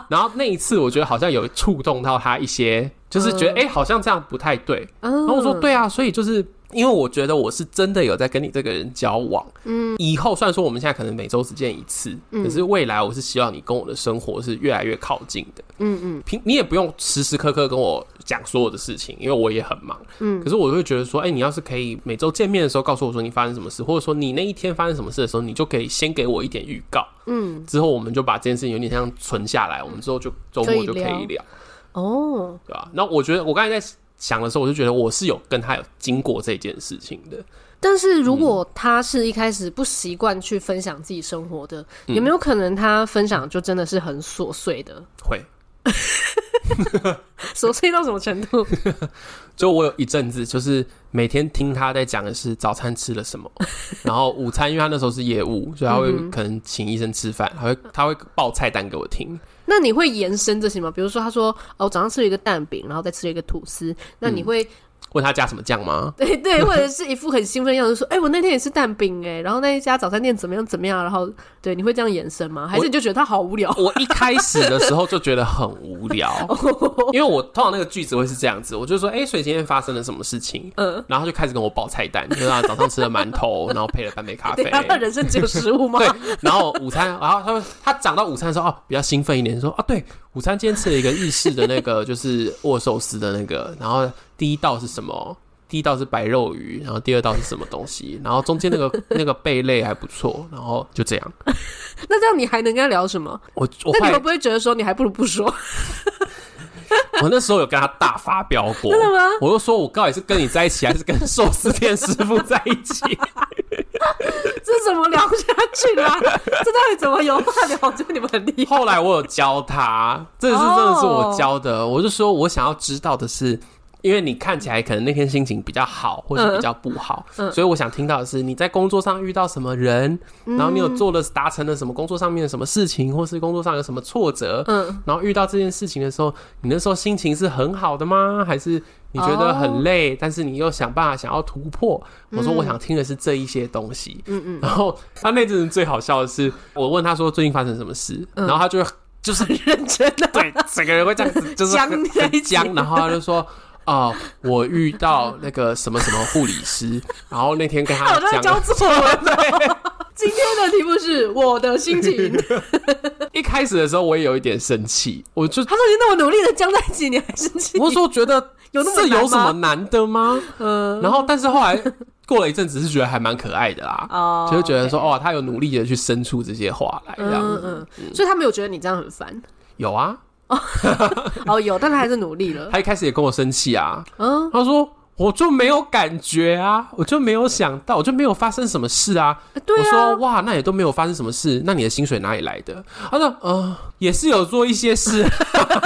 [SPEAKER 1] 然后那一次，我觉得好像有触动到他一些，就是觉得哎、诶好像这样不太对。
[SPEAKER 2] 嗯，
[SPEAKER 1] 然后我说，对啊，所以就是因为我觉得我是真的有在跟你这个人交往，嗯，以后虽然说我们现在可能每周只见一次，可是未来我是希望你跟我的生活是越来越靠近的，
[SPEAKER 2] 嗯嗯，
[SPEAKER 1] 平你也不用时时刻刻跟我讲所有的事情，因为我也很忙，嗯，可是我会觉得说，哎、你要是可以每周见面的时候告诉我说你发生什么事，或者说你那一天发生什么事的时候，你就可以先给我一点预告，嗯，之后我们就把这件事情有点像存下来，我们之后就周
[SPEAKER 2] 可
[SPEAKER 1] 末
[SPEAKER 2] 以
[SPEAKER 1] 就可
[SPEAKER 2] 聊
[SPEAKER 1] 以聊。
[SPEAKER 2] 哦，
[SPEAKER 1] 对吧、啊那我觉得我刚才在想的时候，我就觉得我是有跟他有经过这件事情的。
[SPEAKER 2] 但是如果他是一开始不习惯去分享自己生活的，
[SPEAKER 1] 嗯
[SPEAKER 2] 有没有可能他分享就真的是很琐碎的，
[SPEAKER 1] 会，
[SPEAKER 2] 琐碎到什么程 度？
[SPEAKER 1] 就我有一阵子就是每天听他在讲的是早餐吃了什么，然后午餐，因为他那时候是业务，所以他会
[SPEAKER 2] 嗯
[SPEAKER 1] 可能请医生吃饭，还会他会报菜单给我听。
[SPEAKER 2] 那你会延伸这些吗？比如说，他说哦，我早上吃了一个蛋饼，然后再吃了一个吐司，那
[SPEAKER 1] 嗯
[SPEAKER 2] 你会、
[SPEAKER 1] 问他加什么酱吗？
[SPEAKER 2] 对对，或者是一副很兴奋的样子，说：“哎、我那天也吃蛋饼哎、然后那一家早餐店怎么样怎么样？”然后对，你会这样延伸吗？还是你就觉得他好 无聊？
[SPEAKER 1] 我一开始的时候就觉得很无聊，
[SPEAKER 2] 哦
[SPEAKER 1] 因为我通常那个句子会是这样子，我就说，哎、所以今天发生了什么事情？嗯，然后他就开始跟我报菜单，就是他早上吃了馒头，然后配了半杯咖啡
[SPEAKER 2] 对，啊，他人生只有食物吗？
[SPEAKER 1] 对，然后午餐，然后他们他讲到午餐的时候，哦，比较兴奋一点，说啊，对，午餐今天吃了一个日式的那个，就是握寿司的那个，然后第一道是什么？第一道是白肉鱼，然后第二道是什么东西？然后中间那 个那个贝类还不错，然后就这样。
[SPEAKER 2] 那这样你还能跟他聊什么？
[SPEAKER 1] 我我
[SPEAKER 2] 那
[SPEAKER 1] 后
[SPEAKER 2] 你会
[SPEAKER 1] 来
[SPEAKER 2] 不会觉得说你还不如不说？
[SPEAKER 1] 我那时候有跟他大发飙过，
[SPEAKER 2] 真的吗
[SPEAKER 1] 我就说我到底是跟你在一起，还是跟寿司店师傅在一起？
[SPEAKER 2] 这怎么聊下去啦？ 这到底怎么有话聊？我 觉得你们很厉害。
[SPEAKER 1] 后来我有教他，这是真的是
[SPEAKER 2] 哦
[SPEAKER 1] 我教的。我就说我想要知道的是，因为你看起来可能那天心情比较好，或是比较不好，所以我想听到的是你在工作上遇到什么人，然后你有做了达成了什么工作上面的什么事情，或是工作上有什么挫折，
[SPEAKER 2] 嗯，
[SPEAKER 1] 然后遇到这件事情的时候，你那时候心情是很好的吗？还是你觉得很累，但是你又想办法想要突破？我说我想听的是这一些东西。嗯嗯。然后他那阵子最好笑的是，我问他说最近发生什么事，然后他就就是
[SPEAKER 2] 认真的，
[SPEAKER 1] 对整个人会这样子，就是
[SPEAKER 2] 僵
[SPEAKER 1] 很
[SPEAKER 2] 在一
[SPEAKER 1] 很
[SPEAKER 2] 起
[SPEAKER 1] 僵，然后他就 说。哦，我遇到那个什么什么护理师，然后那天跟他
[SPEAKER 2] 我都在
[SPEAKER 1] 讲
[SPEAKER 2] 教
[SPEAKER 1] 了，
[SPEAKER 2] 作文 了。 今天的题目是我的心情。
[SPEAKER 1] 一开始的时候我也有一点生气，我 就
[SPEAKER 2] 他说你那么努力的僵在一起，你还生气？
[SPEAKER 1] 我说觉得
[SPEAKER 2] 有那么
[SPEAKER 1] 这有
[SPEAKER 2] 难
[SPEAKER 1] 什
[SPEAKER 2] 吗
[SPEAKER 1] 么难的吗？
[SPEAKER 2] 嗯
[SPEAKER 1] 然后，但是后来过了一阵子是觉得还蛮可爱的啦，
[SPEAKER 2] 哦
[SPEAKER 1] 就会觉得说，哦，他有努力的去生出这些话来，这样
[SPEAKER 2] 嗯
[SPEAKER 1] 子
[SPEAKER 2] 嗯，所以他没有觉得你这样很烦
[SPEAKER 1] 有啊。
[SPEAKER 2] 哦，有，但他还是努力了。
[SPEAKER 1] 他一开始也跟我生气啊，
[SPEAKER 2] 嗯，
[SPEAKER 1] 他说我就没有感觉啊，我就没有想到，我就没有发生什么事啊。
[SPEAKER 2] 对
[SPEAKER 1] 我
[SPEAKER 2] 啊
[SPEAKER 1] 说，哇，那也都没有发生什么事，那你的薪水哪里来的？他说，呃，也是有做一些事。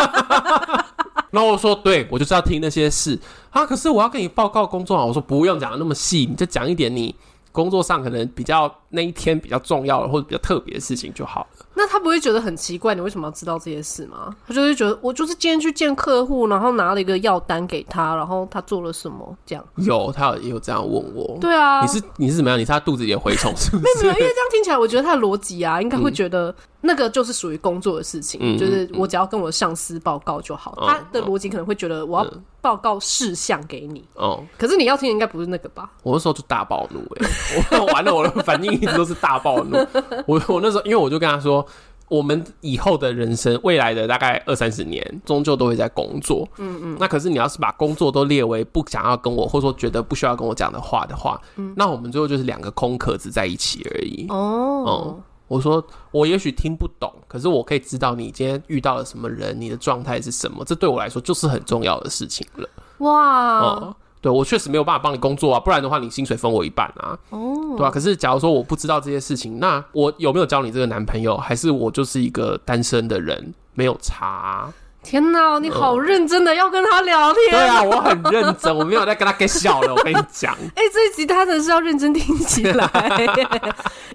[SPEAKER 1] 然后我说，对，我就是要听那些事啊。可是我要跟你报告工作啊。我说不用讲的那么细，你就讲一点你工作上可能比较那一天比较重要的或者比较特别的事情就好了。
[SPEAKER 2] 那他不会觉得很奇怪，你为什么要知道这些事吗？他就会觉得我就是今天去见客户，然后拿了一个药单给他，然后他做了什么这样。
[SPEAKER 1] 有，他有也有这样问我。
[SPEAKER 2] 对啊，
[SPEAKER 1] 你是你是怎么样？你是他肚子里的蛔虫是不
[SPEAKER 2] 没有没有，因 为
[SPEAKER 1] 是？
[SPEAKER 2] 这样听起来，我觉得他的逻辑啊，应该会觉得那个就是属于工作的事情，
[SPEAKER 1] 嗯
[SPEAKER 2] 就是我只要跟我上司报告就好。
[SPEAKER 1] 嗯
[SPEAKER 2] 他的逻辑可能会觉得我要报告事项给你，
[SPEAKER 1] 哦，
[SPEAKER 2] 可是你要听的应该不是那个吧？
[SPEAKER 1] 我那时候就大暴怒哎、欸，我 完了，我的反应一直都是大暴怒。我我那时候，因为我就跟他说，我们以后的人生，未来的大概二三十年，终究都会在工作。嗯嗯。那可是你要是把工作都列为不想要跟我，或者说觉得不需要跟我讲的话的话，那我们最后就是两个空壳子在一起而已。
[SPEAKER 2] 哦
[SPEAKER 1] 嗯，我说我也许听不懂，可是我可以知道你今天遇到了什么人，你的状态是什么，这对我来说就是很重要的事情了。
[SPEAKER 2] 哇，
[SPEAKER 1] 哦、对我确实没有办法帮你工作啊，不然的话你薪水分我一半啊，
[SPEAKER 2] 哦，
[SPEAKER 1] 对啊。可是假如说我不知道这些事情，那我有没有交你这个男朋友，还是我就是一个单身的人，没有差啊、
[SPEAKER 2] 天哪，你好认真的要跟他聊天。
[SPEAKER 1] 对啊，我很认真，我没有在跟他给笑了，我跟你讲，
[SPEAKER 2] 哎、这一集他真的是要认真听起来，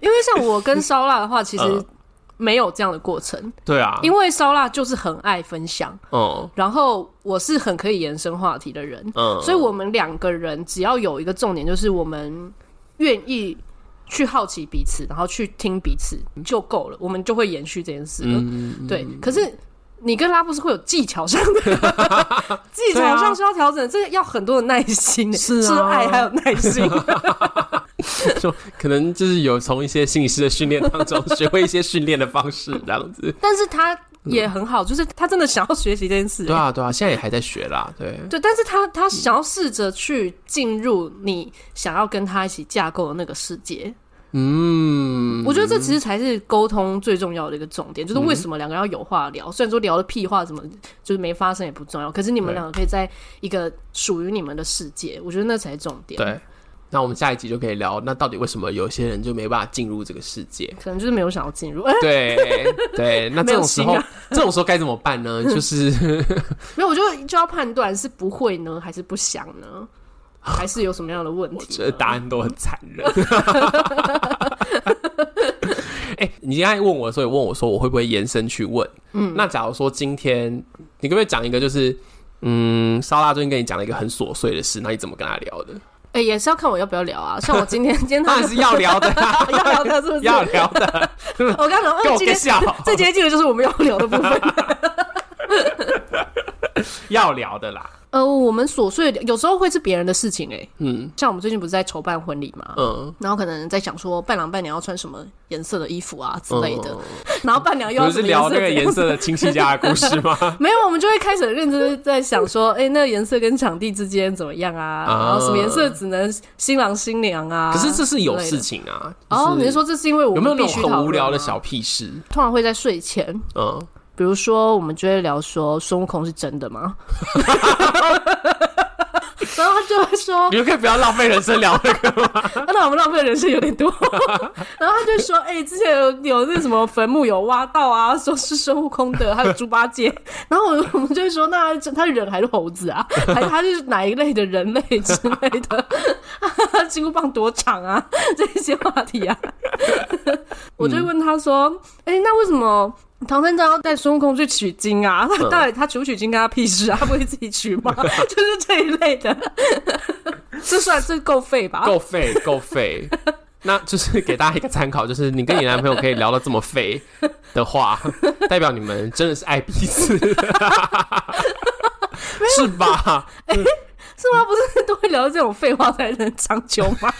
[SPEAKER 2] 因为像我跟烧腊的话，其实
[SPEAKER 1] 嗯
[SPEAKER 2] 没有这样的过程，
[SPEAKER 1] 对啊，
[SPEAKER 2] 因为烧腊就是很爱分享，
[SPEAKER 1] 嗯
[SPEAKER 2] 然后我是很可以延伸话题的人，
[SPEAKER 1] 嗯，
[SPEAKER 2] 所以我们两个人只要有一个重点，就是我们愿意去好奇彼此，然后去听彼此就够了，我们就会延续这件事了。
[SPEAKER 1] 嗯，
[SPEAKER 2] 对，可是。你跟拉布是会有技巧 上的，技巧上需要调整，这个要很多的耐
[SPEAKER 1] 啊
[SPEAKER 2] 心，欸
[SPEAKER 1] 是啊
[SPEAKER 2] 是爱还有耐心。
[SPEAKER 1] 就可能就是有从一些心理师的训练当中学会一些训练的方式，这样子。
[SPEAKER 2] 但是他也很好，就是他真的想要学习这件事。
[SPEAKER 1] 嗯对啊，对啊，现在也还在学啦，对，
[SPEAKER 2] 对，但是他他想要试着去进入你想要跟他一起架构的那个世界，
[SPEAKER 1] 嗯，
[SPEAKER 2] 我觉得这其实才是沟通最重要的一个重点，就是为什么两个人要有话聊。虽然说聊的屁话什么，就是没发生也不重要，可是你们
[SPEAKER 1] 对
[SPEAKER 2] 两个可以在一个属于你们的世界，我觉得那才是重点。，
[SPEAKER 1] 对。那我们下一集就可以聊，那到底为什么有些人就没办法进入这个世界？
[SPEAKER 2] 可能就是没有想要进入，哎，
[SPEAKER 1] 对对，那这种时候，
[SPEAKER 2] 没有心啊
[SPEAKER 1] 这种时候该怎么办 呢？就是
[SPEAKER 2] 没有，我就就要判断是不会呢，还是不想 呢，还是有什么样的问题
[SPEAKER 1] 这
[SPEAKER 2] 呢？
[SPEAKER 1] 呃答案都很残忍。 哎、你刚才问我的时候，也问我说我会不会延伸去问？嗯，那假如说今天你可不可以讲一个，就是嗯，莎拉最近跟你讲了一个很琐碎的事，那你怎么跟他聊 的？
[SPEAKER 2] 哎、也是要看我要不要聊啊。像我 今天今天
[SPEAKER 1] 当
[SPEAKER 2] 他
[SPEAKER 1] 然是要聊 的、啊，
[SPEAKER 2] 要聊的是不是？
[SPEAKER 1] 要聊的，
[SPEAKER 2] 我刚刚
[SPEAKER 1] 跟
[SPEAKER 2] 说，
[SPEAKER 1] 我
[SPEAKER 2] 嗯，今
[SPEAKER 1] 跟
[SPEAKER 2] 天
[SPEAKER 1] 笑，
[SPEAKER 2] 这节记得就是我们要聊的部分。
[SPEAKER 1] 要聊的啦。
[SPEAKER 2] 呃，我们琐碎的有时候会是别人的事情、哎，
[SPEAKER 1] 嗯
[SPEAKER 2] 像我们最近不是在筹办婚礼嘛，
[SPEAKER 1] 嗯，
[SPEAKER 2] 然后可能在想说伴郎伴娘要穿什么颜色的衣服啊之类的，
[SPEAKER 1] 嗯
[SPEAKER 2] 然后伴娘又
[SPEAKER 1] 不
[SPEAKER 2] 要
[SPEAKER 1] 是
[SPEAKER 2] 什么
[SPEAKER 1] 聊那个
[SPEAKER 2] 颜
[SPEAKER 1] 颜
[SPEAKER 2] 色怎
[SPEAKER 1] 色
[SPEAKER 2] 样。
[SPEAKER 1] 的亲戚家的故事吗？
[SPEAKER 2] 没有，我们就会开始很认真的在想说，哎、那个颜色跟场地之间怎么样啊？
[SPEAKER 1] 啊
[SPEAKER 2] 然后什么颜色只能新郎新娘啊？
[SPEAKER 1] 可是这是有
[SPEAKER 2] 之类的
[SPEAKER 1] 事情啊。
[SPEAKER 2] 哦，
[SPEAKER 1] 就是
[SPEAKER 2] 你是说这是因为我
[SPEAKER 1] 有
[SPEAKER 2] 们
[SPEAKER 1] 没有那
[SPEAKER 2] 必须
[SPEAKER 1] 种
[SPEAKER 2] 讨
[SPEAKER 1] 很
[SPEAKER 2] 论啊
[SPEAKER 1] 无聊的
[SPEAKER 2] 吗
[SPEAKER 1] 小屁事？
[SPEAKER 2] 通常会在睡前，
[SPEAKER 1] 嗯，
[SPEAKER 2] 比如说我们就会聊说孙悟空是真的吗？ 然后他就会说，
[SPEAKER 1] 你们可以不要浪费人生聊那个。
[SPEAKER 2] 啊 那我们浪费的人生有点多。然后他就说：“哎、之前有有那什么坟墓有挖到啊，说是孙悟空的，还有猪八戒。”然后我我们就会说：“那他是人还是猴子啊？还是他是哪一类的人类之类的？啊，金箍棒多长啊？这些话题啊。” 我就会问他说：“哎、那为什么？”唐三藏要带孙悟空去取经啊，他到底他取不取经跟他屁事啊？他不会自己取吗？ 就是这一类的， 这算这够费吧？
[SPEAKER 1] 够废，够废。那就是给大家一个参考，就是你跟你男朋友可以聊到这么废的话，代表你们真的是爱彼此， 是吧？
[SPEAKER 2] 是吗？不是都会聊这种废话才能长久吗？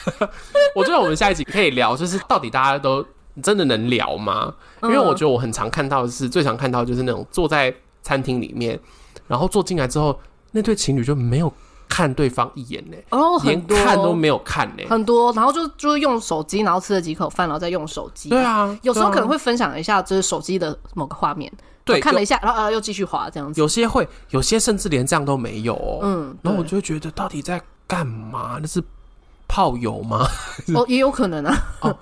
[SPEAKER 1] 我觉得我们下一集可以聊，就是到底大家都真的能聊吗？ 因
[SPEAKER 2] 嗯
[SPEAKER 1] 为我觉得我很常看到的是，最常看到就是那种坐在餐厅里面，然后坐进来之后，那对情侣就没有看对方一眼呢、
[SPEAKER 2] 哦，很
[SPEAKER 1] 连
[SPEAKER 2] 多
[SPEAKER 1] 看都没有看呢、
[SPEAKER 2] 很多，然后就就是用手机，然后吃了几口饭，然后再用手机。
[SPEAKER 1] 对啊，
[SPEAKER 2] 有时候可能
[SPEAKER 1] 会
[SPEAKER 2] 会分享一下，就是手机的某个画面，
[SPEAKER 1] 对
[SPEAKER 2] 看了
[SPEAKER 1] 有
[SPEAKER 2] 一下，然后呃又继续滑这样子。
[SPEAKER 1] 有些会，有些甚至连这样都没有哦、
[SPEAKER 2] 嗯，
[SPEAKER 1] 然后我
[SPEAKER 2] 对
[SPEAKER 1] 就会觉得到底在干嘛？那是炮友吗？
[SPEAKER 2] 哦也有可能啊，
[SPEAKER 1] 哦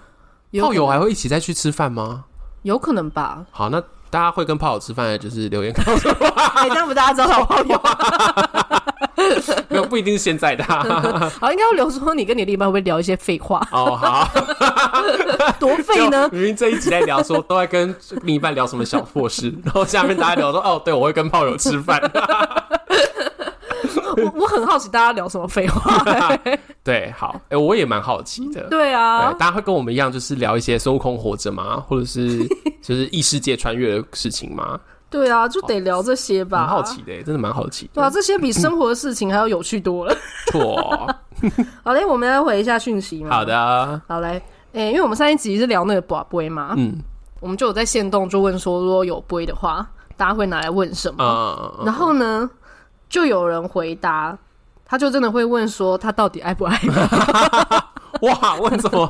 [SPEAKER 2] 也 有
[SPEAKER 1] 炮
[SPEAKER 2] 可
[SPEAKER 1] 友
[SPEAKER 2] 能
[SPEAKER 1] 还会一起再去吃饭吗？
[SPEAKER 2] 有可能吧？
[SPEAKER 1] 好，那大家会跟炮友吃饭的，就是留言告诉我，
[SPEAKER 2] 哎，这样不大家知道好不好？
[SPEAKER 1] 没有不一定是现在的、啊、
[SPEAKER 2] 好，应该要留说你跟你另一半会不会聊一些废话，
[SPEAKER 1] 哦。 好，
[SPEAKER 2] 多废呢
[SPEAKER 1] 就？明明这一集在聊说都在跟另一半聊什么小破事，然后下面大家聊说哦，对我会跟炮友吃饭。
[SPEAKER 2] 我我很好奇大家聊什么废话。
[SPEAKER 1] 对，好，哎、我也蛮好奇的。
[SPEAKER 2] 对啊
[SPEAKER 1] 对，，大家会跟我们一样，就是聊一些孙悟空活着吗？或者是 就是异世界穿越的事情吗？
[SPEAKER 2] 对啊，就得聊这些吧。
[SPEAKER 1] 蛮好奇的、欸真的蛮好奇
[SPEAKER 2] 对
[SPEAKER 1] 的。
[SPEAKER 2] 啊，这些比生活的事情还要有趣多了。
[SPEAKER 1] 错，
[SPEAKER 2] 好嘞，我们来回一下讯息嘛。
[SPEAKER 1] 好，的，啊
[SPEAKER 2] 好嘞。哎、因为我们上一集是聊那个宝贝嘛，
[SPEAKER 1] 嗯
[SPEAKER 2] 我们就有在线动就问说，如果有杯的话，大家会拿来问什么？
[SPEAKER 1] 啊、嗯
[SPEAKER 2] 然后呢，就有人回答，他就真的会问说，他到底爱 不爱你？
[SPEAKER 1] 哇，问什么？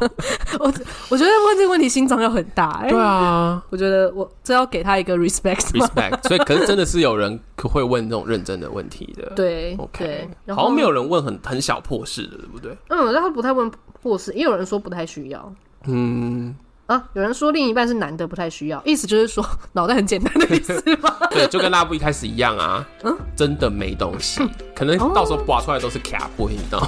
[SPEAKER 2] 我我觉得问这个问题心脏要很大、 哎，
[SPEAKER 1] 对，啊。
[SPEAKER 2] 我觉得我这要给他一个 respect 嘛。
[SPEAKER 1] respect，所以可是真的是有人会问这种认真的问题的。
[SPEAKER 2] 对
[SPEAKER 1] ，OK，
[SPEAKER 2] 对，然后
[SPEAKER 1] 好像没有人问很很小破事的，对不对？
[SPEAKER 2] 嗯，但他不太问破事，也有人说不太需要
[SPEAKER 1] 嗯，
[SPEAKER 2] 啊，有人说另一半是男的不太需要，意思就是说 脑袋很简单的意思吧？
[SPEAKER 1] 对，就跟拉布一开始一样啊，
[SPEAKER 2] 嗯哦
[SPEAKER 1] 真的没东西，可能到时候刮出来都是卡布，你知道吗，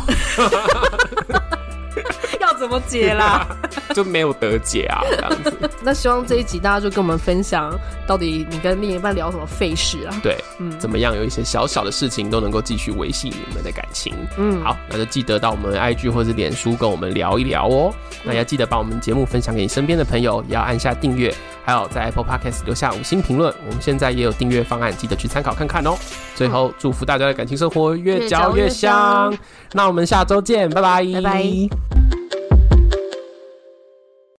[SPEAKER 2] 要怎么解啦？
[SPEAKER 1] 就没有得解啊，这样子。
[SPEAKER 2] 那希望这一集大家就跟我们分享，到底你跟另一半聊什么费事啊？
[SPEAKER 1] 对，
[SPEAKER 2] 嗯
[SPEAKER 1] 怎么样？有一些小小的事情都能够继续维系你们的感情。
[SPEAKER 2] 嗯，
[SPEAKER 1] 好，那就记得到我们 IG 或是脸书跟我们聊一聊哦。那也要记得把我们节目分享给你身边的朋友，也要按下订阅，还有在 Apple Podcast 留下五星评论。我们现在也有订阅方案，记得去参考看看哦。最后，祝福大家的感情生活越
[SPEAKER 2] 越
[SPEAKER 1] 嚼
[SPEAKER 2] 嚼
[SPEAKER 1] 越
[SPEAKER 2] 越
[SPEAKER 1] 香
[SPEAKER 2] 香。
[SPEAKER 1] 那我们下周见，拜拜，
[SPEAKER 2] 拜拜。